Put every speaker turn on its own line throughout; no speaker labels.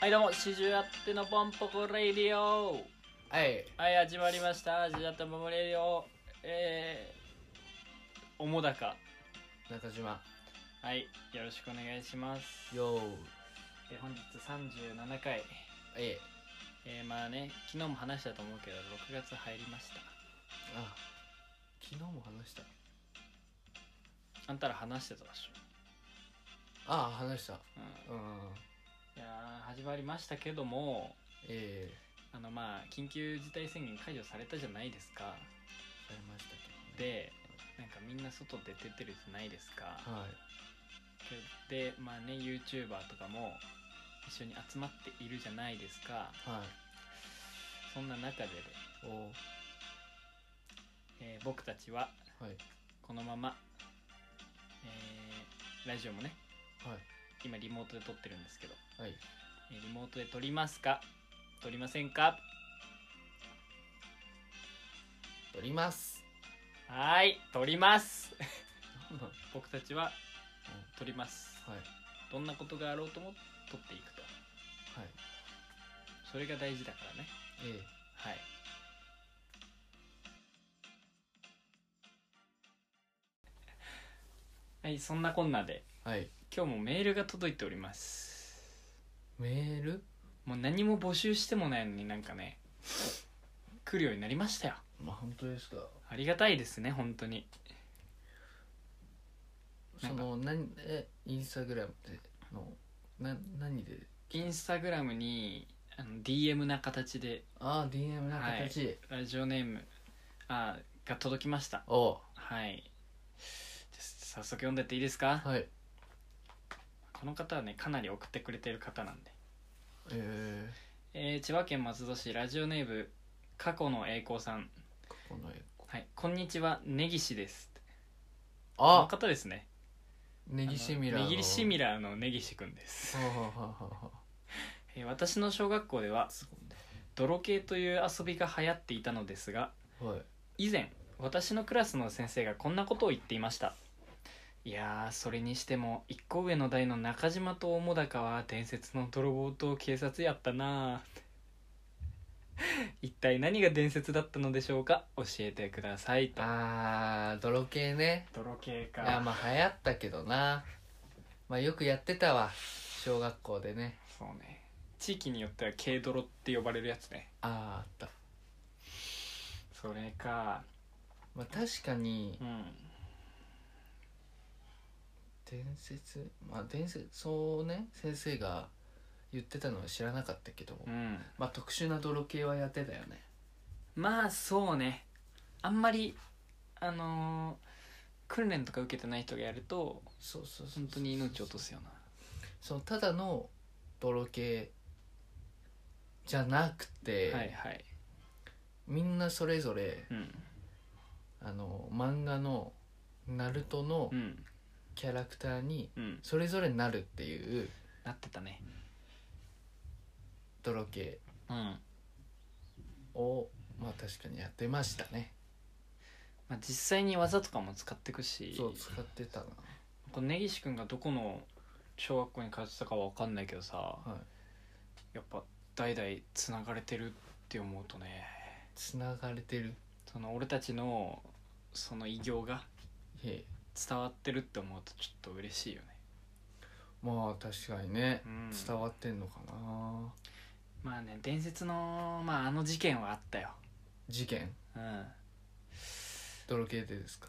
はいどうも四十あってのポンポコレイディオ
はい
はい始まりました四十あってのポンポコレイディオえー、おもだか
中島
はいよろしくお願いします
よー
えー本日37回
え
えー、まあね昨日も話したと思うけど6月入りました
あ昨日も話した
あんたら話してたでしょ
ああ話した
うん
うん
いやー始まりましたけども
ええ
あのまあ緊急事態宣言解除されたじゃないですか
されましたけど、
で
ね、
なんかみんな外出てってるじゃないですか
はい
でまあね YouTuber とかも一緒に集まっているじゃないですか
はい
そんな中でね、
おー
えー僕たちは
はい
このまま、えーラジオもね
はい
今リモートで撮ってるんですけど、
はい
えーリモートで撮りますか撮りませんか
撮ります
はーい撮ります
なんなん
僕たちは撮ります
はい
どんなことがあろうとも撮っていくと
はい
それが大事だからね
え
はい はいそんなこんなで
えはい
今日もメールが届いております
メール
もう何も募集してもないのになんかね来るようになりましたよ
まあ本当ですか
ありがたいですね本当に
その何えインスタグラムでのな何で
インスタグラムにあの DM な形で
ああ DM な形、
ラジオネームあが届きました
おー
はいじゃ早速読んでっていいですか、
はい
この方はねかなり送ってくれてる方なんで
え
えー千葉県松戸市ラジオネーム過去の栄光さん、
ー、ここの絵
はい、こんにちは根岸ですこの
あ
方ですね
ネギシミラー
あ
の
のネギシミラーの根岸くんです、
はあはあはあはあ
えー私の小学校では泥系という遊びが流行っていたのですが
はい。
以前私のクラスの先生がこんなことを言っていましたいやーそれにしても一個上の代の中島と面高は伝説の泥棒と警察やったなぁ 一体何が伝説だったのでしょうか教えてくださいと
あー、泥系ね。
泥系
いや、まあ流行ったけどな。まあよくやってたわ。小学校でね。
そうね地域によっては軽泥って呼ばれるやつね
あー、あった。
それか
まあ確かに
う、ん
伝説、まあ伝説、そうね、先生が言ってたのは知らなかったけど、
うん
まあ特殊な泥系はやってたよね。
まあそうねあんまりあのー訓練とか受けてない人がやると
そうそうそう。
本当に命落とすよな
そのただの泥系じゃなくて、
はいはい、
みんなそれぞれ、
うん
あの、漫画の、ナルトの
うん
キャラクターに
うん、
それぞれなるっていう
なってたね
泥系
うん
をまあ確かにやってましたね
まあ、実際に技とかも使ってくし
そう使ってたな
この根岸君がどこの小学校に通ってたかは分かんないけどさ
はい
やっぱ代々つながれてるって思うとね
つながれてる
その俺たちのその偉業が
へえ
伝わってるって思うとちょっと嬉しいよね、
まあ確かにね
うん、
伝わってんのかな
まあね伝説の、まあ、あの事件はあったよ
事件
うん
泥系でですか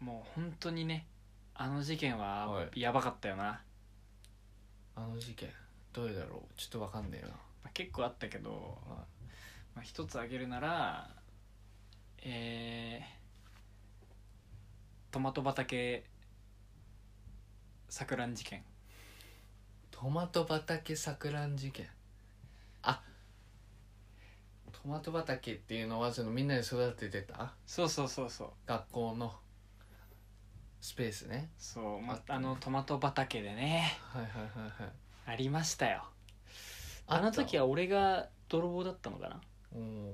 もう本当にねあの事件
は
はやばかったよな、
あの事件どれだろうちょっとわかんねえな
まあ、結構あったけど
は
まあ、一つ挙げるならえー、トマト畑錯乱事件
トマト畑錯乱事件あトマト畑っていうのはそのみんなで育ててた
そうそうそうそう
学校のスペースね
そう、ま
あ
あ
っ、たね
あのトマト畑でね
はいはいはいはい
ありましたよ
あ
あの時
は
は俺が泥棒だったのかな
うん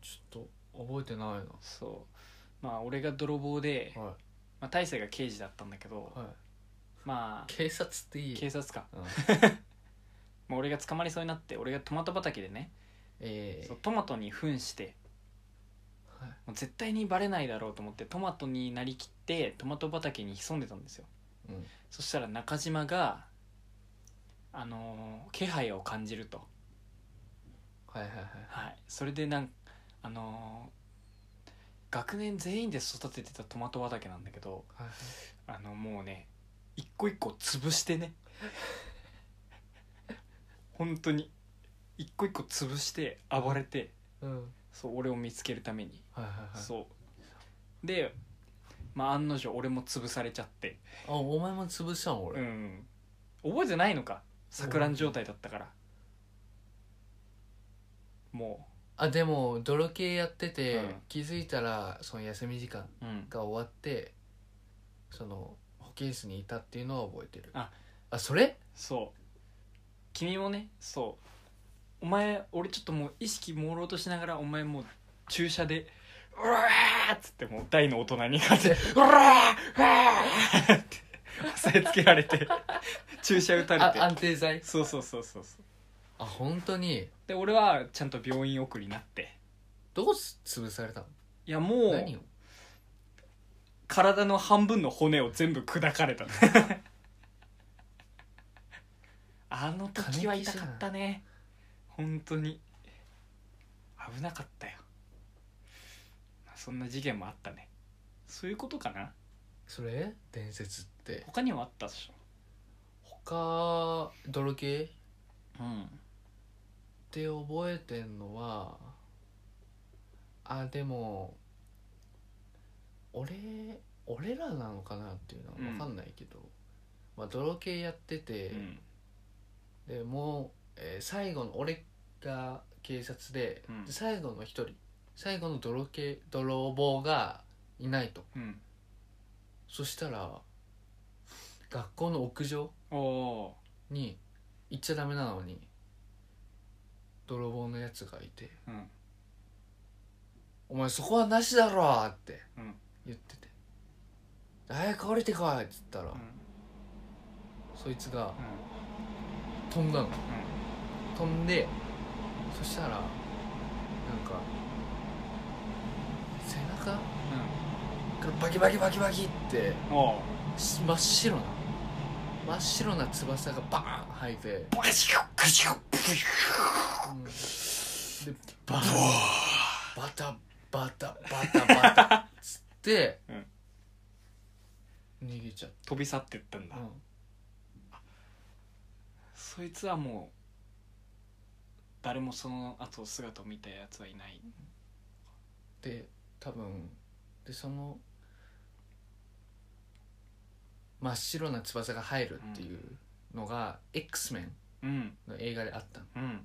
ちょっと覚えてないな
そうまあ俺が泥棒で、
は
まあ、大勢が刑事だったんだけど、
いはい
まあ
警察っていい
警察か
うん
まあ、俺が捕まりそうになって俺がトマト畑でね
え
そうトマトに扮して
ーはい
もう絶対にバレないだろうと思ってトマトになりきってトマト畑に潜んでたんですよ
うん
そしたら中島があのー気配を感じると、
はいはいはい
はい、それでなんあのー学年全員で育ててたトマト畑なんだけど
はいはい
あのもうね一個一個潰してね本当に一個一個潰して暴れて
うん
そう俺を見つけるために、
はいはいはい
そうでまあ案の定俺も潰されちゃって
あお前も潰したの
う
俺、
ん覚えてないのか錯乱状態だったからも
あでも泥系やってて、
うん
気づいたらその休み時間
う、うん、
が終わってその保健室にいたっていうのは覚えてる
あ
あそれ
そう君もねそうお前俺ちょっともう意識朦朧としながらお前もう注射で「うわー!」っつってもう大の大人に感じて 「うわーうわー!」って押さえつけられ て注射打た
あ
れて
安定剤
そうそうそうそうそう
あ本当に
で俺はちゃんと病院送りになって
どうす潰されたの
いやもう
何を
体の半分の骨を全部砕かれた あの時は痛かったね本当に危なかったよまあそんな事件もあったねそういうことかな
それ伝説って
他にはあったでし
他泥系っ
ょうん
て覚えてんのはあでも俺俺らなのかなっていうのは分かんないけど、まあ泥系やってて、
うん
でもう、えー最後の俺が警察で,、
うん
で最後の一人最後の泥系泥棒がいないと
うん
そしたら学校の屋上
おお
に行っちゃダメなのに泥棒のやつがいて
ーうん
「お前そこはなしだろ!」って
うん
言ってて「早く降りてこい!」っつったら、
うん
そいつが
うん
飛んだの
う
飛んでそしたらなんか背中からバキバキバキバキって
んおお
し真っ白な真っ白な翼がバーン生えて、
バシュッバシュッバシュ
うんでバーンバタバタバタバタっつって、
うん
逃げちゃっ
飛び去ってったんだ
た、
そいつはもう誰もその後姿を見たやつはいない
で多分でその真っ白な翼が入るっていうのが X メン
うん
の映画であったの
うん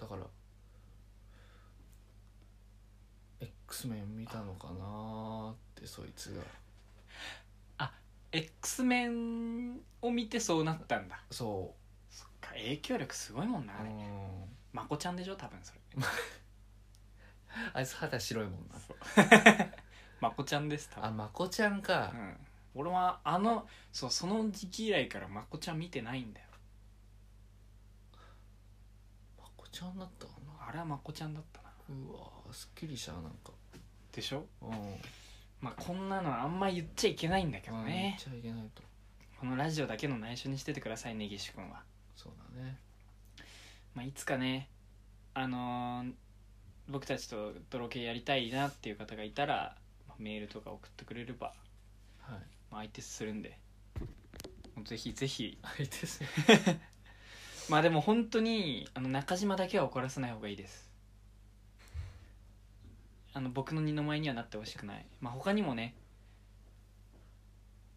だから X メン見たのかなーってそいつが
X メンを見てそうなったんだ
そ
そっか影響力すごいもんな
う
あれ
うん
まこちゃんでしょ多分それ
あいつ肌白いもんな
そうまこちゃんです多
あ
分
まこちゃんか、
うん俺はあのそうその時期以来からまこちゃん見てないんだよ
まこちゃんだったかな
あれはまこちゃんだったな
うわーすっきりしたなんか
でしょ
うん
まあこんなのはあんま言っちゃいけないんだけど
まあ言っ
ね
ちゃいけないと
このラジオだけの内緒にしててください根岸君は
そうだね
まあ、いつかねあのー僕たちと泥系やりたいなっていう方がいたらまあメールとか送ってくれれば、
はい
まあ、相手するんでぜひぜひ
相手ですね
まあでも本当にあの中島だけは怒らせない方がいいですあの僕の二の舞にはなってほしくない、まあ、他にもね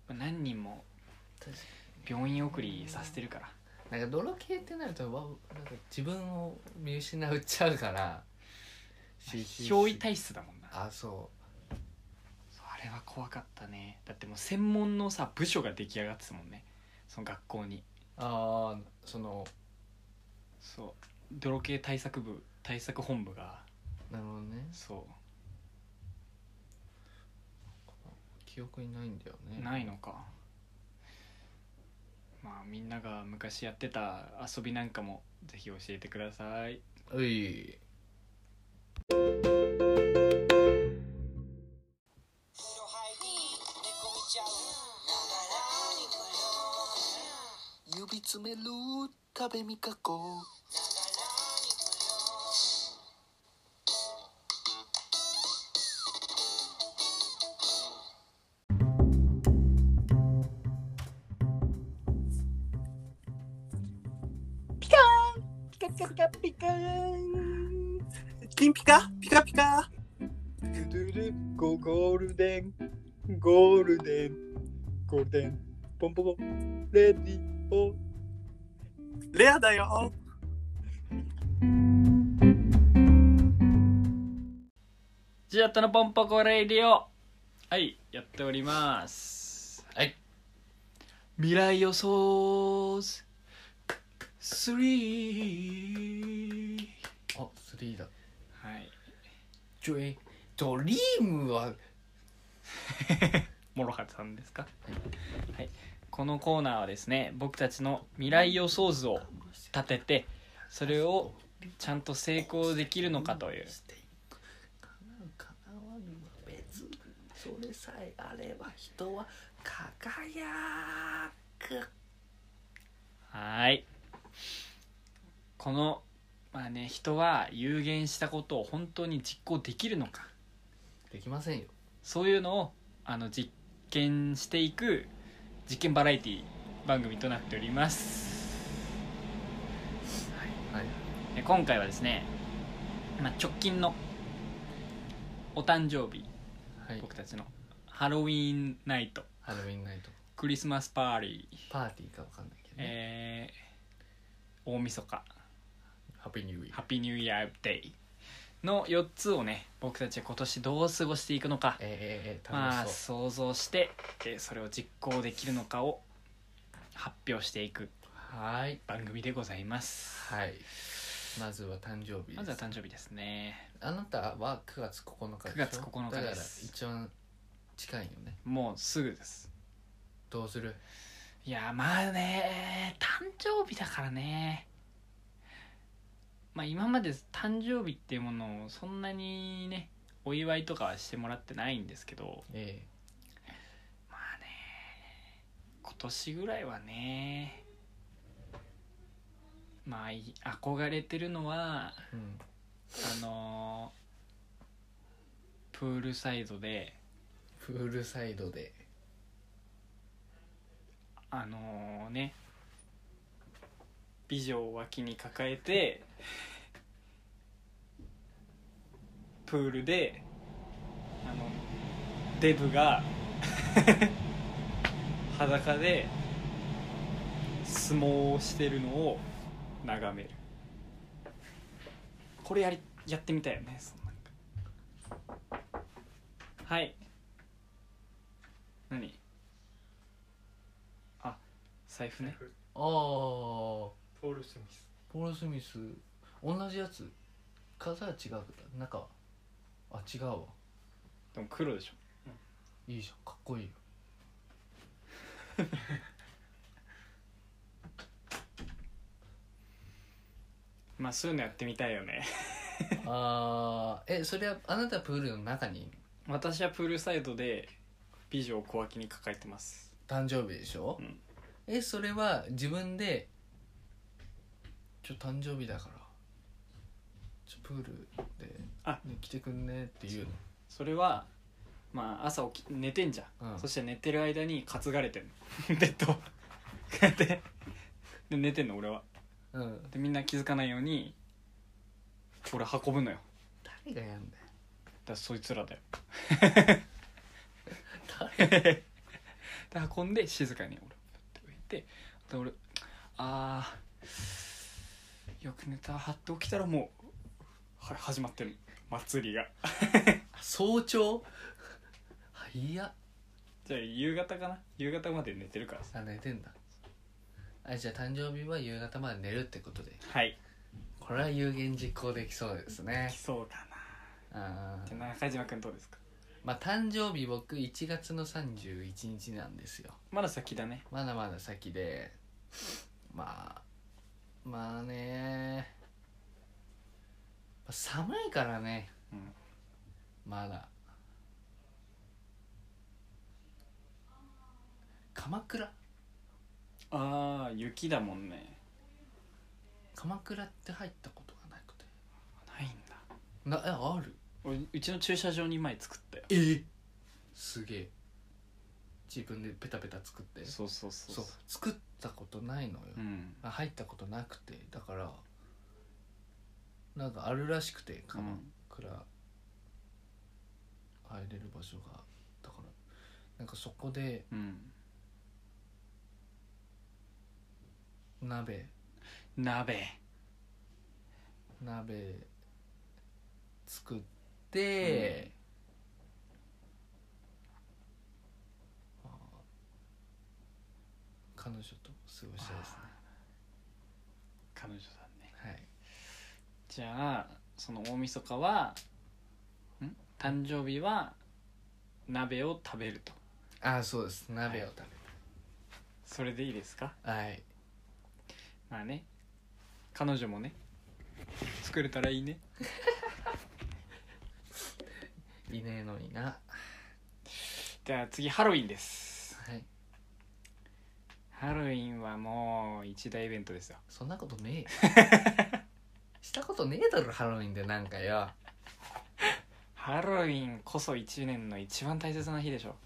まあ何人も
確か
病院送りさせてるから
になんか泥系ってなるとわなんか自分を見失っちゃうから集中し
憑依体質だもんな
あそう
そうあれは怖かったねだってもう専門のさ部署が出来上がってたもんねその学校に
ああその
そう泥系対策部対策本部が
なるほどね
そ
記憶にないんだよ
う
ね
ないのかまあみんなが昔やってた遊びなんかもぜひ教えてください。
うい
指詰める食べみかこピカーンピカピカピカピカーン金ピカピカピカ
ゴールデンゴールデンゴールデンポンポポレディオ
レアだよ
ジアットのポンポコレディオはいやっております
はい
未来予想図3
あスリーだ
はい
ちょいドリームは
諸畑さんですか、はい、このコーナーはですね僕たちの未来予想図を立ててそれをちゃんと成功できるのかという
叶う叶わぬは別それさえあれば人は輝く
はいこのまあね人は有限したことを本当に実行できるのか
できませんよ
そういうのをあの実験していく実験バラエティ番組となっております
はい
え今回はですね、まあ、直近のお誕生日
はい
僕たちのハロウィーンナイト
ハロウィンナイト
クリスマスパーリー、
パーティーかわかんないけどね、
えー大晦日
ハッピーニューイヤー
ハッピーニューイヤーデイの4つをね僕たちは今年どう過ごしていくのか
えー、えー、えー、
まあ
楽しそ
想像してえーそれを実行できるのかを発表していく
うはーい
番組でございます
はいまずは誕生日です
まずは誕生日ですね
あなたは9月9日
9月9日です
だから一番近いよね
もうすぐです
どうする
いやまあね誕生日だからねまあ今まで誕生日っていうものをそんなにねお祝いとかはしてもらってないんですけど
え
まあね今年ぐらいはねまあい憧れてるのは
えうん
あのプールサイドで
プールサイドで
あのね美女を脇に抱えてプールであのデブが 裸で相撲をしてるのを眺めるこれやりやってみたいよねそのなんかはい何あ財布ね
ああポ
ポール・スミス
ール・スミス同じやつ数は違うか中はあ違うわ
でも黒でしょ
いいじゃんかっ こいいよ
まあそういうのやってみたいよね
あーえそれはあなたはプールの中にいる
私はプールサイドで美女を小脇に抱えてます
誕生日でしょ、
うん
えそれは自分でちょ誕生日だからちょプールで
あ
ね来てくんねっていう
それはまあ朝起き寝てんじゃん、
うん
そして寝てる間に担がれてんの ベッドをこうやってで寝てんの俺は
のうん
でみんな気づかないように俺運ぶのよ
誰がやんだ
だ
よ
からそいつらだよ
誰
で運んで静かに俺をって置いてで俺あーよく寝た張って起きたらもうは始まってる祭りが
早朝 はいや
じゃあ夕方かな夕方まで寝てるからさ
あ寝てんだあじゃあ誕生日は夕方まで寝るってことで
はい
これは有言実行できそうですね
来そうかな
あ
じ
ー
ゃあ中島君どうですか
まあ誕生日僕1月の31日なんですよ
まだ先だね
まだまだ先でまあまあね寒いからね、
うん
まだ鎌倉
ああ雪だもんね
鎌倉って入ったことがなくて
ないんだ
なえある
俺うちの駐車場に前作ったよ
えすげえ自分でペタペタ作って
そうそうそう
そう作ったことないのよ、
うん
あ入ったことなくてだからなんかあるらしくて鎌倉、入れる場所がだからなんかそこで
うん
鍋
鍋
鍋作って、あー彼女と過ごしたいですね
彼女さんね
はい
じゃあその大晦日はん誕生日は鍋を食べると
ああそうです鍋を食べ
それでいいですか
るはい、
まあね彼女もね作れたらいいね
い、ねえのにな
じゃあ次ハロウィンです
はい
ハロウィンはもう一大イベントですよ
そんなこと ねえよしたことねえだろハロウィンでなんかよ
ハロウィンこそ1年の一番大切な日でしょ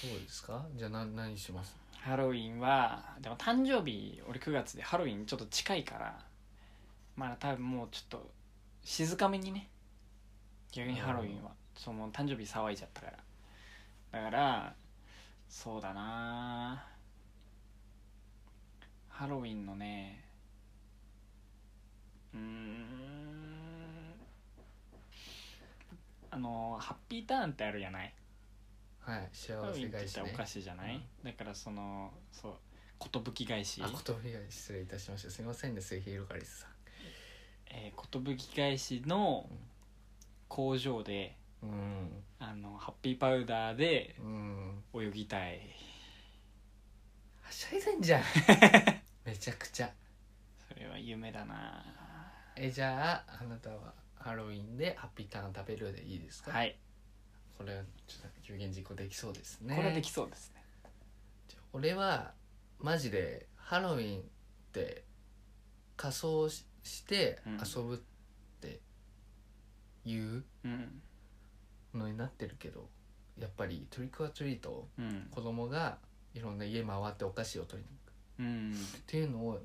そうですかじゃあな何します
ハロウィンはでも誕生日俺9月でハロウィンちょっと近いからまあ多分もうちょっと静かめにね逆にハロウィンはそうもう誕生日騒いじゃったからだからそうだなハロウィンのねうーんあのハッピーターンってあるじゃない
はい幸
ハロウィンって
せ
言
返
っ
した
らお
ね
かしいじゃない、だからそのそう寿返し
あ言葉以外失礼いたしましたすいませんね末広がりさ
えー寿返しの
うん
工場で
んうん
あのハッピーパウダーで
うん
泳ぎたい
はしゃいでんじ ゃんめちゃくちゃ
それは夢だな
えじゃああなたはハロウィンでハッピーターン食べるでいいですか
はいい
これはちょっと有言実行できそうですね
これはできそうですね
じゃあ俺はマジでハロウィンって仮装しして
うん
遊ぶっていう
うん
のになってるけどやっぱりトリックアトリートを
うん
子供がいろんな家回ってお菓子を取りに
うん
行くっていうのを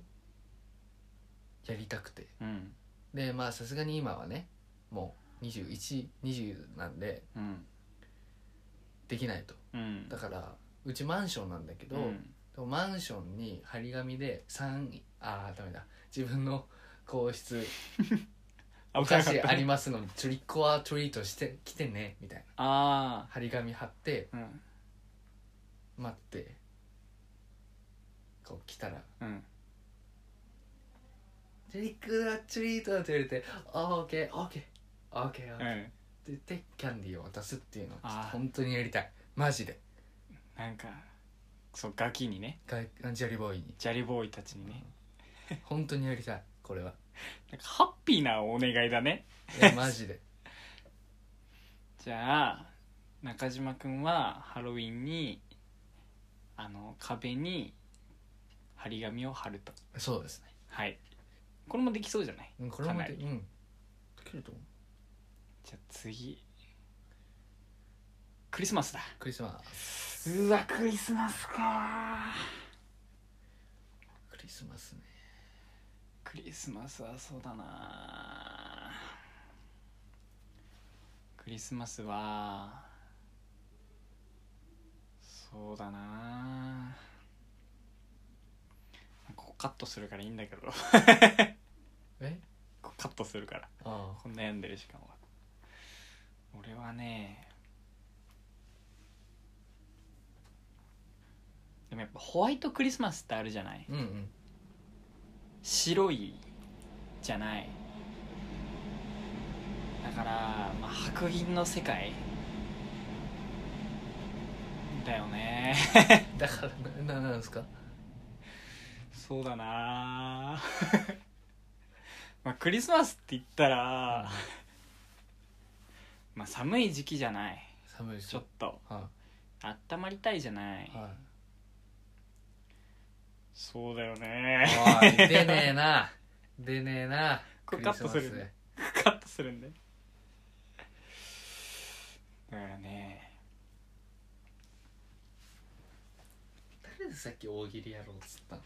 やりたくて
うん
でまあさすがに今はねもう2120なんで
うん
できないと
うん
だからうちマンションなんだけど、
うん
でもマンションに張り紙で3あーダメだ自分の皇室お
危な
菓
かっ
子
た
あり
ね
ますのでトリックオアトリートして来てねみたいな
あ
張り紙貼って
あうん
待ってこう来たら
うん
「トリックオアトリート」って言われて「オーケーオーケーオーケーオー
う
ケー」
ん
って言ってキャンディーを渡すっていうのをちょっと
あー
本当にやりたいマジで
なんかそうガキにね
ガジャリボーイに
ジャリボーイたちにね
本当にやりたいこ れは
なんかハッピーなお願いだね
いやマジで
じゃあ中島くんはハロウィンにあの壁に張り紙を貼ると
そうですね
はいこれもできそうじゃない
うんこれも
かな
で
り
うんできると思う
じゃあ次クリスマスだ
クリスマス
うわクリスマスか
クリスマスね
クリスマスはそうだなクリスマスはそうだなここカットするからいいんだけどこ
え
こカットするから
あ
こん悩んでる時間は俺はねでもやっぱホワイトクリスマスってあるじゃない
うんうん
白いじゃないだから、まあ、白銀の世界だよね
だからなななんですか
そうだな まあクリスマスって言ったらまあ寒い時期じゃない
寒いでし
ちょ
ょ
っと
は
あったまりたいじゃない
いは
そうだよ
い
ね
おい出ねえな出ねえな
これカットするねカットするんで だからね
誰でさっき大喜利やろうっつったの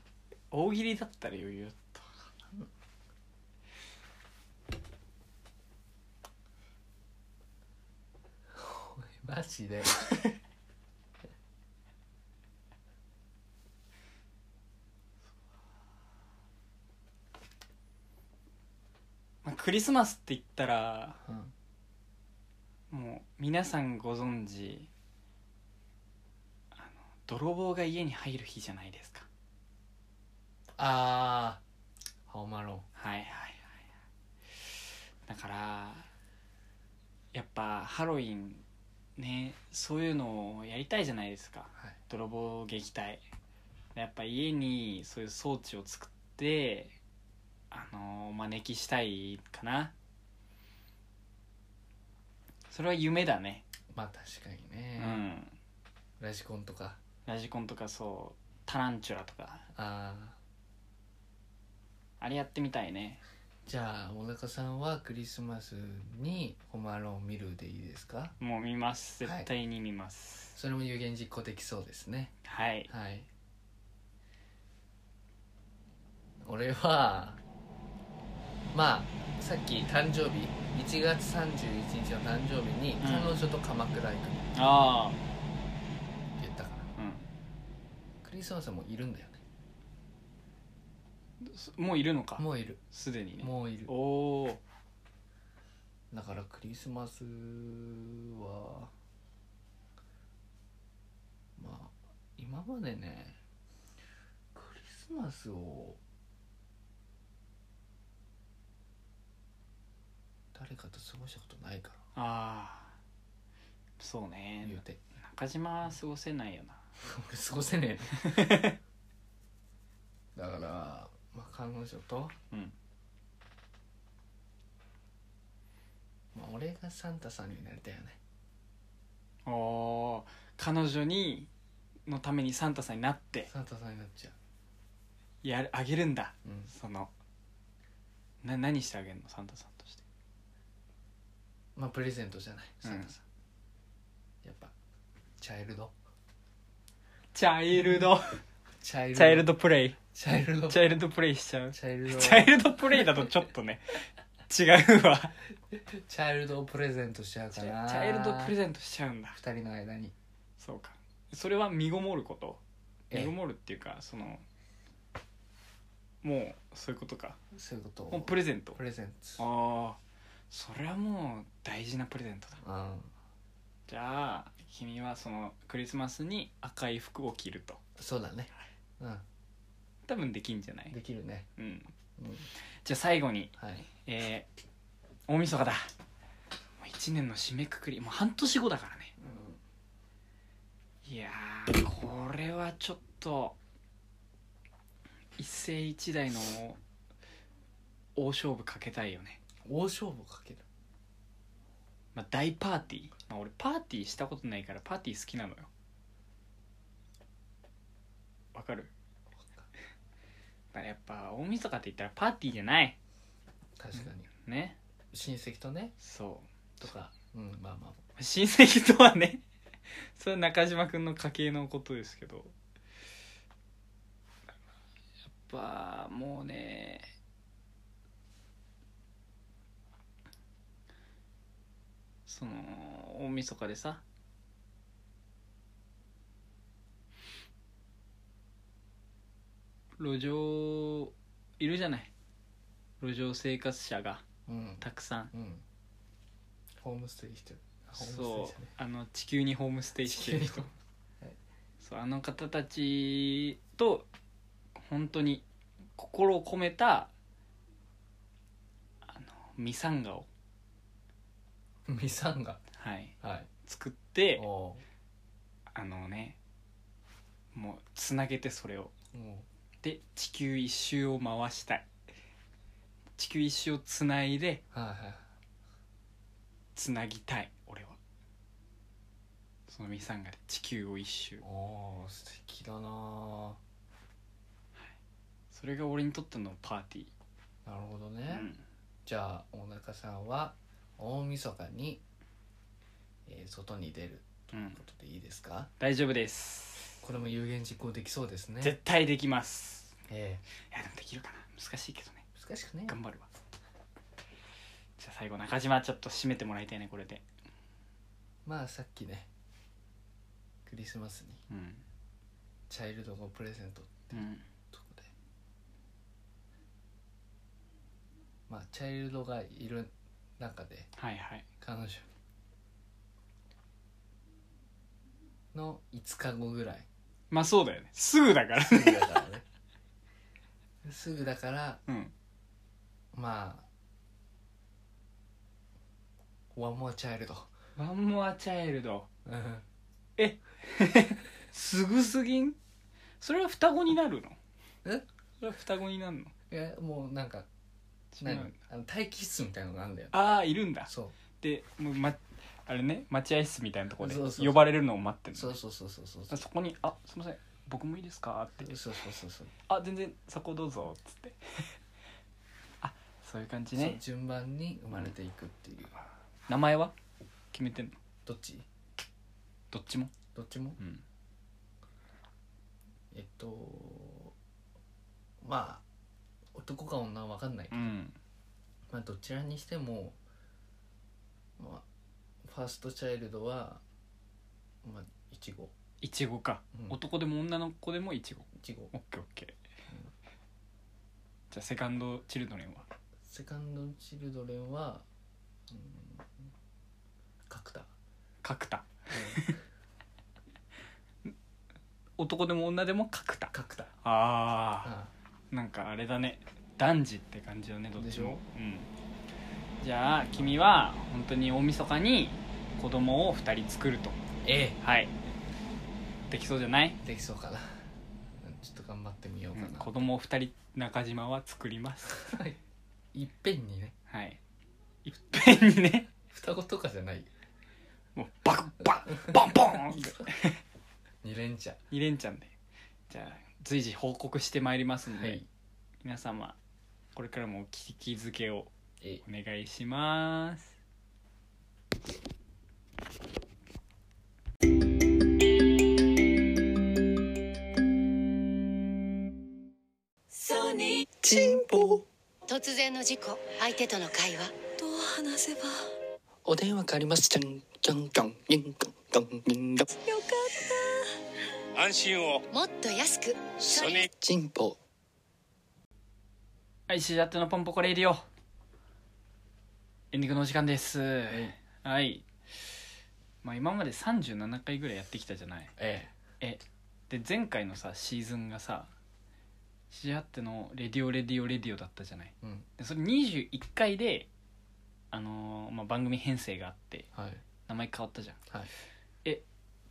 大喜利だったら余裕だった
マジで
まあ、クリスマスって言ったら
うん
もう皆さんご存知あの泥棒が家に入る日じゃないですか
あーホーマロ
はいはいはいだからやっぱハロウィンねそういうのをやりたいじゃないですか
はい
泥棒撃退やっぱ家にそういう装置を作ってあのお招きしたいかなそれは夢だね
まあ確かに
う
ね、
ん
ラジコンとか
ラジコンとかそうタランチュラとか
ああ
あれやってみたいね
じゃあ小中さんはクリスマスにホーマロン見るでいいですか
もう見ます
はい
絶対に見ます
それも有言実行できそうですね
はい、
はい俺はまあさっき誕生日1月31日の誕生日に
ん
彼女と鎌倉行くって
あ
言ったか
あ
ら、
うん
クリスマスはもういるんだよね
すもういるのか
もういる
すでにね
もういる
おお
だからクリスマスはまあ今までねクリスマスを誰かと過ごしたことないか
あ
ら
あそうね
言うて
中島は過ごせないよな
俺過ごせねえ なだから、まあ、彼女と、
うん
まあ、俺がサンタさんになりたいよね
おお彼女にのためにサンタさんになって
サンタさんになっちゃ
やるあげるんだ
う、うん、
そのな何してあげるのサンタさんとして
まあプレゼントじゃないサンタさん、
うん
やっぱチャイルド
チャイルド
チャイルド
チャイルドプレイ
チャイルド
チャイルドプレイしちゃう
チャイルド
チャイルドプレイだとちょっと ね違うわ
チャイルドをプレゼントしちゃう
チ
かな
ャチャイルドプレゼントしちゃうんだ
二人の間に
そうかそれは身ごもること
ええ
身ごもるっていうかそのもうそういうことか
そういうこと
もう
を
プレゼント
プレゼント
ああそれはもう大事なプレゼントだ
うん
じゃあ君はそのクリスマスに赤い服を着ると
そうだね
多分できんじゃな
う
い
んできるね
うん
うん
じゃあ最後に
はい
えー、大晦日だもう1年の締めくくりもう半年後だからねいやーこれはちょっと一世一代の大勝負かけたいよね、
大勝負かける
まあ、大パーティー、まあ、俺パーティーしたことないからパーティー好きなのよわかるまあやっぱ大晦日って言ったらパーティーじゃない
確かに
ね
親戚とね
そ
とかうんまあまあ
う親戚とはね それは中島君の家系のことですけどやっぱもうねその大晦日でさ路上いるじゃない路上生活者が
うん
たくさん
うんホームステイしてるホーム
そ
ステイ
うあの地球にホームステイしてる
地球
人
にはい
そうあの方たちと本当に心を込めたあのミサンガを、
じゃないミサンガ
はい、
はい
作って
お
あのねもうつなげてそれを
ーも
って地球一周を回したい地球一周をつないで
はいはい
つなぎたい俺はそのミサンガで地球を一周
おー素敵だなあ
それが俺にとってのパーティー
なるほど
う
ね、
ん
じゃあおなかさんは大晦日に、えー外に出る
う
というんことでいいですか
大丈夫です
これも有言実行できそうですね
絶対できます
え
いやでもできるかな難しいけどね
え難しくね
頑張るわじゃあ最後中島ちょっと締めてもらいたいねこれで
まあさっきねクリスマスに
うん
チャイルドのプレゼントって
うん
とこで、まあチャイルドがいる中で
はいはい
彼女の5日後ぐらい
まあそうだよねすぐだから
すぐだからねすぐだから
うん
まあワンモアチャイルド
ワンモアチャイルド
うん
すぐすぎんそれは双子になるの
え
それは双子になるの
いやもうなんか
違う
何あの待機室みたいのがあるんだよ
ああいるんだ
そう
でもう、ま、あれね待合室みたいなところで
そうそうそう
呼ばれるのを待ってるの
そうそうそうそうそうそ
あ
う
そこに「あすいません僕もいいですか?」って
そうそうそうそう
「あ全然そこどうぞ」っつって あそういう感じ
そう
ね
順番に生まれていくっていう
名前は決めてんの
どっち
どっちも
どっちも
うん
えっとまあ男か女は分かんないけ
う
ど、
ん
まあどちらにしても、まあ、ファーストチャイルドはまあいちご
いちごか、
うん
男でも女の子でもいちご
いちご
オッケーオッケーじゃあセカンドチルドレンは
セカンドチルドレンは、うん、角田、
角田男でも女でも角田
角田
ああ
あ
なんかあれだね男児って感じだねどっ
で
ち
し
も
ょ
うんじゃあ君は本当に大晦日に子供を2人作ると
え
はいできそうじゃない、
えできそうかなうんちょっと頑張ってみようか
うん
な
子、供を2人中島は作ります
はいいっぺんにね
はいいっぺんにね
双子とかじゃない
もうバクバンボンボンって
二連チャ
2連チャンでじゃあ随時報告してまいりますので、
はい
皆様これからもお聞きづけを
え
お願いします
ソニー
チンポ
突然の事故相手との会話
どう話せば
お電話変わりましたじゃんじゃんじゃんじゃんじゃんじゃんじゃん
よかった
安心を
もっと安く
ソニー
チンポ
はい、シジャットのポンポコレイディオ。エンディングのお時間です。はい。まあ今まで37回ぐらいやってきたじゃない。
え
で、前回のさ、シーズンがさ、シジャットのレディオレディオレディオだったじゃない。
えうん
で、それ21回で、あのーまあ、番組編成があって、
はい
名前変わったじゃん。
はい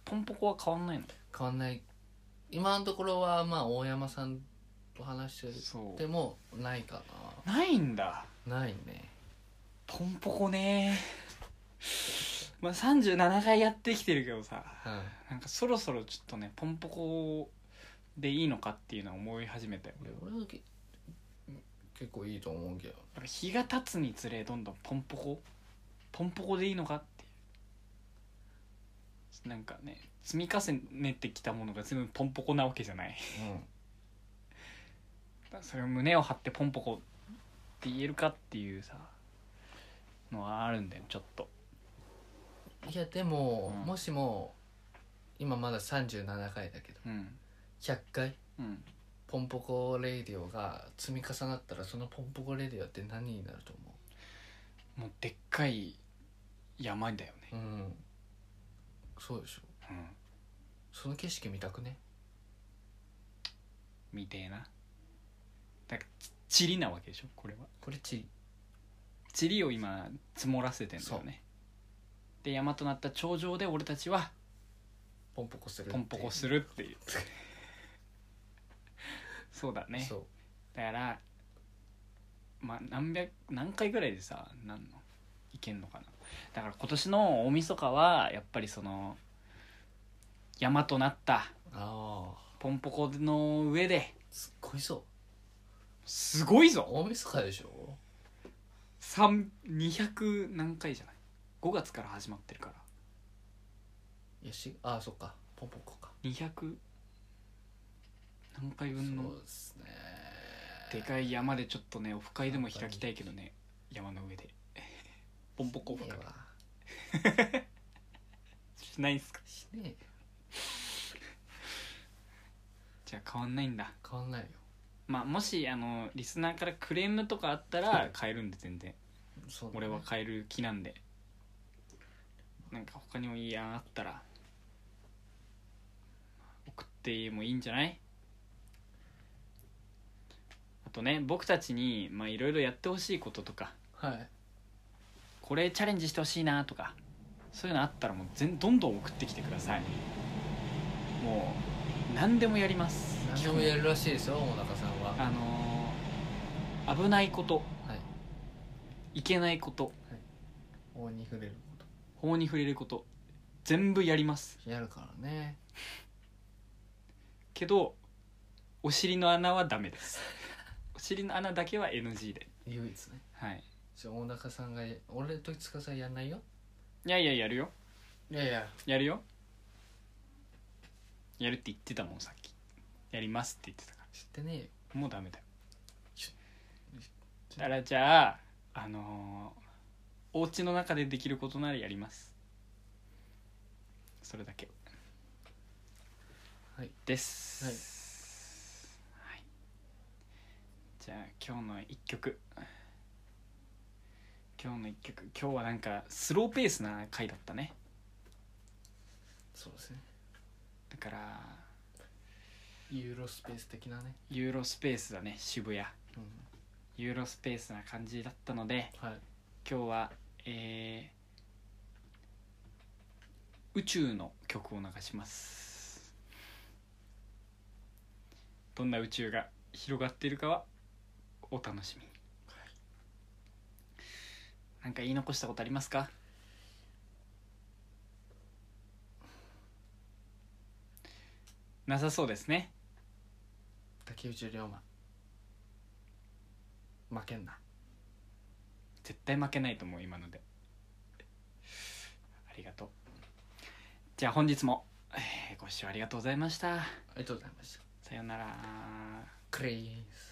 ポンポコは変わんないの
変わんない今のところはまあ大山さんと話してる
そ
でもないか
う。ないんだ。
なないね
ポンポコねまあ37回やってきてるけどさ。
はい
なんかそろそろちょっとねポンポコでいいのかっていうのは思い始めたよ
いや俺はけ結構いいと思うけど
やっぱ日が経つにつれどんどんポンポコポンポコでいいのかっていうなんかね積み重ねてきたものが全部ポンポコなわけじゃない
うん
それを胸を張ってポンポコって言えるかっていうさのはあるんだよちょっと
いやでも、
うん
もしも今まだ37回だけど
うん
100回
うん
ポンポコレディオが積み重なったらそのポンポコレディオって何になると
も
思
うでっかい山だよ
ううんそうでしょ
ねうん
その景色見たくね
みてえなだからちりなわけでしょこれは
これち
塵を今積もらせてんだよねで山となった頂上で俺たちは
ポンポコするって
ポンポコするっていうそうだね
そ
だからまあ何百何回ぐらいでさなんのいけんのかなだから今年の大晦日はやっぱりその山となった
うああ
ポンポコの上です
っごいそう
すごいぞ
大晦日でしょ
3 200何回じゃない5月から始まってるから
いやしああそっかポンポコか
200何回分の
そうですね
でかい山でちょっとねオフ会でも開きたいけどね山の上でポンポコオフ
ね
会
えわ
しないんすか
しねえ
じゃあ変わんないんだ
変わんないよ
まあもしあのリスナーからクレームとかあったら変えるんで全然
そうだね
俺は変える気なんでなんか他にもいい案あったら送ってもいいんじゃないあとね僕たちにまあいろいろやってほしいこととか
はい
これチャレンジしてほしいなとかそういうのあったらもう全どんどん送ってきてくださいもう何でもやります
何でもやるらしいですよ小中さんは
あのー危ないこと
はい
いけないこと
法に触れるこ
法に触れること全部やります
とやるからね
けどお尻の穴はダメです お尻の穴だけは NG で
唯一ね
はい
ちょ小中さんが俺と塚さんやんないよ
いやいややるよ
いやいや
やるよやるって言ってたもんさっきやりますって言ってたか
知ってねえよ
らもうダメだよ
しょ
だからじゃああのーお家の中でできることならやりますそれだけ
はい
です、
はい
はいじゃあ今日の一曲今日の一曲今日はなんかスローペースな回だったね
そうですね
だから
ユーロスペース的なね
ユーロスペースだね渋谷
うん
ユーロスペースな感じだったので
はい
今日はえー宇宙の曲を流しますどんな宇宙が広がっているかはお楽しみに、なんか言い残したことありますかなさそうですね
竹内涼真負けんな
絶対負けないと思う今のでありがとうじゃあ本日も、えーご視聴ありがとうございました
ありがとうございました
さようなら
クレイズ